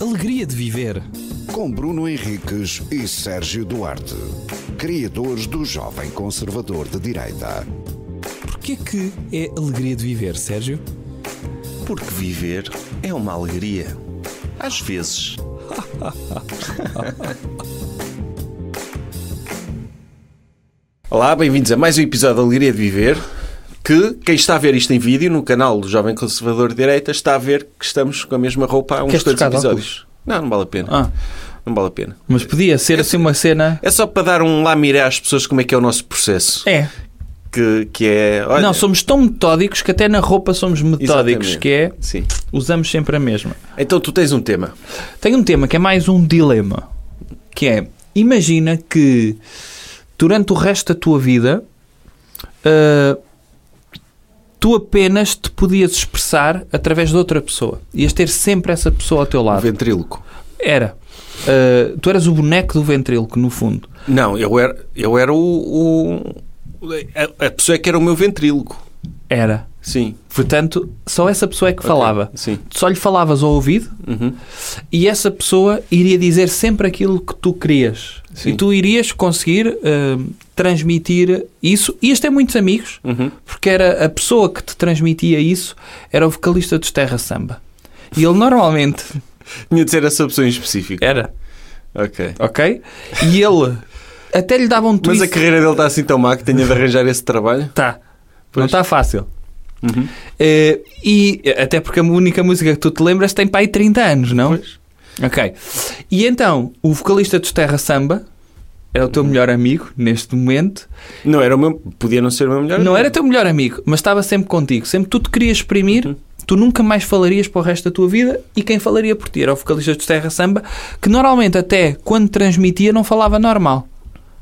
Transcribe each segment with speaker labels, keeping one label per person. Speaker 1: alegria de viver.
Speaker 2: Com Bruno Henriques e Sérgio Duarte, criadores do Jovem Conservador de Direita.
Speaker 1: Porquê que é alegria de viver, Sérgio?
Speaker 3: Porque viver é uma alegria. Às vezes. Olá, bem-vindos a mais um episódio da Alegria de Viver. Que quem está a ver isto em vídeo no canal do Jovem Conservador de Direita está a ver que estamos com a mesma roupa há uns
Speaker 4: Queres
Speaker 3: tantos
Speaker 4: trocar de
Speaker 3: episódios. Não, não vale a pena.
Speaker 4: Ah.
Speaker 3: Não vale a pena.
Speaker 4: Mas podia ser assim uma cena.
Speaker 3: É só para dar um lamiré às pessoas como é que é o nosso processo.
Speaker 4: É.
Speaker 3: Que, que é. olha,
Speaker 4: Não, somos tão metódicos que até na roupa somos metódicos,
Speaker 3: Exatamente.
Speaker 4: que é
Speaker 3: Sim.
Speaker 4: usamos sempre a mesma.
Speaker 3: Então tu tens um tema.
Speaker 4: Tenho um tema que é mais um dilema, que é imagina que durante o resto da tua vida ah, tu apenas te podias expressar através de outra pessoa. Ias ter sempre essa pessoa ao teu
Speaker 3: Um
Speaker 4: lado.
Speaker 3: ventríloco.
Speaker 4: Era. Ah, tu eras o boneco do ventríloco, no fundo.
Speaker 3: Não, eu era, eu era o. o- a, a pessoa que era o meu ventríloco.
Speaker 4: Era.
Speaker 3: Sim.
Speaker 4: Portanto, só essa pessoa é que falava.
Speaker 3: Sim.
Speaker 4: Só lhe falavas ao ouvido
Speaker 3: Uhum.
Speaker 4: e essa pessoa iria dizer sempre aquilo que tu querias.
Speaker 3: Sim.
Speaker 4: E tu irias conseguir hum, transmitir isso. Ias ter muitos amigos,
Speaker 3: Uhum.
Speaker 4: porque era a pessoa que te transmitia isso era o vocalista dos Terra Samba. E ele normalmente
Speaker 3: Tinha de ser essa pessoa em específico.
Speaker 4: era,
Speaker 3: Ok.
Speaker 4: ok? E ele até lhe dava um
Speaker 3: Mas
Speaker 4: twist.
Speaker 3: a carreira dele está assim tão má que tenha de arranjar esse trabalho?
Speaker 4: Tá.
Speaker 3: Pois.
Speaker 4: Não está fácil. Eh, e até porque a única música que tu te lembras tem pai 30 anos, não? Ok. E então, o vocalista dos Terra Samba é o teu melhor amigo neste momento.
Speaker 3: Não era o meu. Podia não ser o meu melhor.
Speaker 4: Não era teu melhor amigo, mas estava sempre contigo. Sempre tu te querias exprimir, tu nunca mais falarias para o resto da tua vida e quem falaria por ti era o vocalista dos Terra Samba, que normalmente até quando transmitia não falava normal.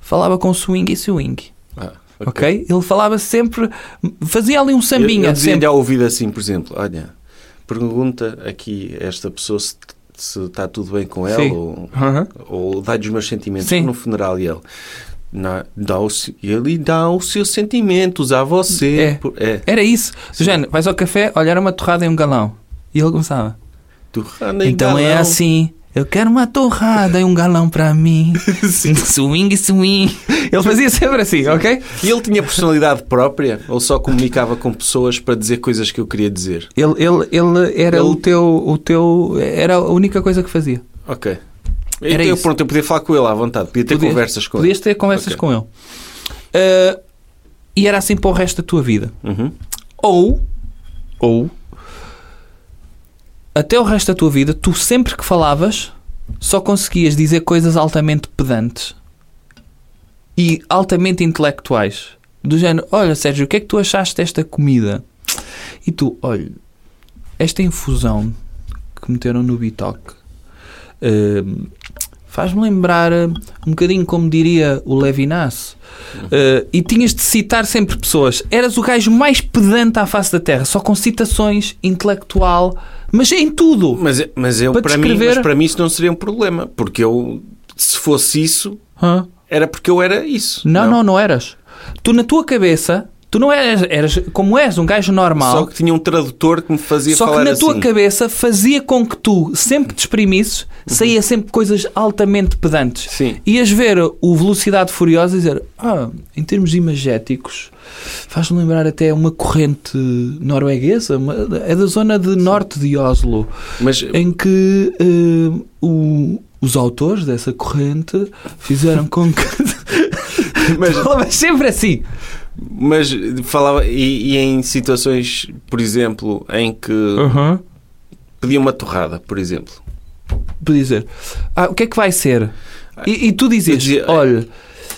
Speaker 4: Falava com swing e swing.
Speaker 3: Ah,
Speaker 4: Ok? Ele falava sempre, fazia ali um
Speaker 3: eu,
Speaker 4: sambinha.
Speaker 3: eu dizia-lhe
Speaker 4: sempre.
Speaker 3: ao ouvido assim, por exemplo, olha, pergunta aqui a esta pessoa se, se está tudo bem com ela
Speaker 4: Sim.
Speaker 3: ou,
Speaker 4: Aham.
Speaker 3: ou dá-lhe os meus sentimentos
Speaker 4: Sim.
Speaker 3: no funeral e ele. "Na- dá o, se- ele dá os seus sentimentos a você.
Speaker 4: É.
Speaker 3: Por- é.
Speaker 4: Era isso. Sujana, vais ao café, olhar uma torrada e um galão. E ele começava.
Speaker 3: Tu anda em
Speaker 4: então é
Speaker 3: galão."
Speaker 4: assim. Eu quero uma torrada e um galão para mim. swing, swing. Ele fazia sempre assim, ok?
Speaker 3: E ele tinha personalidade própria ou só comunicava com pessoas para dizer coisas que eu queria dizer?
Speaker 4: Ele, ele, ele era
Speaker 3: Ele-
Speaker 4: o teu. o teu Era a única coisa que fazia.
Speaker 3: Ok.
Speaker 4: Era
Speaker 3: então, eu,
Speaker 4: isso.
Speaker 3: pronto, eu podia falar com ele à vontade, podia ter
Speaker 4: Podias-
Speaker 3: conversas com
Speaker 4: Podias ter conversas
Speaker 3: Ok.
Speaker 4: com ele. Ah, e era assim para o resto da tua vida.
Speaker 3: ele. Uhum.
Speaker 4: Ou. Ou. Até o resto da tua vida, tu sempre que falavas, só conseguias dizer coisas altamente pedantes e altamente intelectuais. Do género, olha Sérgio, o que é que tu achaste desta comida? E tu, olha, esta infusão que meteram no Bitoc hum, faz-me lembrar hum, um bocadinho como diria o Levinas. Uh, e tinhas de citar sempre pessoas. Eras o gajo mais pedante à face da Terra, só com citações, intelectual, mas em tudo.
Speaker 3: Mas, mas eu,
Speaker 4: Para
Speaker 3: para, mim,
Speaker 4: descrever-
Speaker 3: mas para mim isso não seria um problema, porque eu, se fosse isso,
Speaker 4: Hã?
Speaker 3: era porque eu era isso. é?
Speaker 4: Não, não, não, eras. Tu na tua cabeça, tu não eras, eras como és um gajo
Speaker 3: Só
Speaker 4: normal.
Speaker 3: que tinha um tradutor que me fazia
Speaker 4: Só que,
Speaker 3: falar
Speaker 4: na tua
Speaker 3: assim.
Speaker 4: cabeça fazia com que tu, sempre que te exprimisses, saía sempre coisas altamente pedantes.
Speaker 3: Uhum. Sim.
Speaker 4: Ias ver o Velocidade Furiosa e dizer, ah, em termos imagéticos, faz-me lembrar até uma corrente norueguesa, uma- é da zona de norte de Oslo
Speaker 3: Mas
Speaker 4: em que eh, o- os autores dessa corrente fizeram com que.
Speaker 3: Mas-
Speaker 4: Falava sempre assim.
Speaker 3: Mas falava. E, e em situações, por exemplo, em que
Speaker 4: Ah.
Speaker 3: pedia uma torrada, por exemplo.
Speaker 4: Para dizer: ah, o que é que vai ser? E, e tu
Speaker 3: Eu
Speaker 4: dizias:
Speaker 3: dizia-
Speaker 4: olha,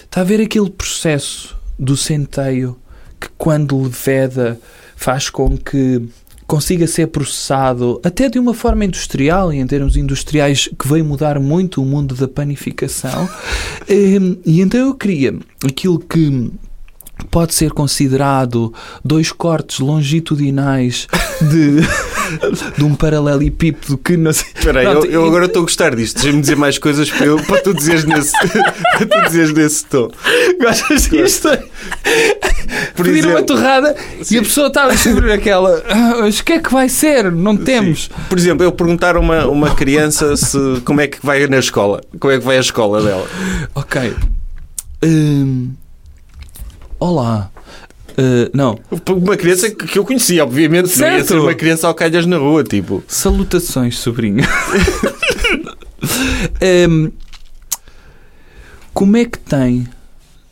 Speaker 4: está a ver aquele processo do centeio que quando leveda faz com que consiga ser processado até de uma forma industrial e em termos industriais que veio mudar muito o mundo da panificação Hum, e então eu queria aquilo que pode ser considerado dois cortes longitudinais de, de um paralelepípedo que não sei
Speaker 3: Espera aí, eu,
Speaker 4: Pronto,
Speaker 3: eu
Speaker 4: e-
Speaker 3: agora estou a gostar disto. Deixa-me dizer mais coisas para, eu- para tu dizeres nesse, para tu dizeres nesse tom.
Speaker 4: Gostas disto?
Speaker 3: Por
Speaker 4: pedir uma
Speaker 3: exemplo,
Speaker 4: torrada e a pessoa estava sempre naquela. "Ah, Mas o que é que vai ser? Não temos.
Speaker 3: Por exemplo, eu perguntar a uma, uma criança se, como é que vai na escola. Como é que vai a escola dela.
Speaker 4: Ok. Hum, Olá. Uh, não.
Speaker 3: Uma criança que que eu conhecia, obviamente. Não ia
Speaker 4: Certo.
Speaker 3: ser uma criança ao calhas na rua, tipo.
Speaker 4: Salutações, sobrinho. Hum, como é que tem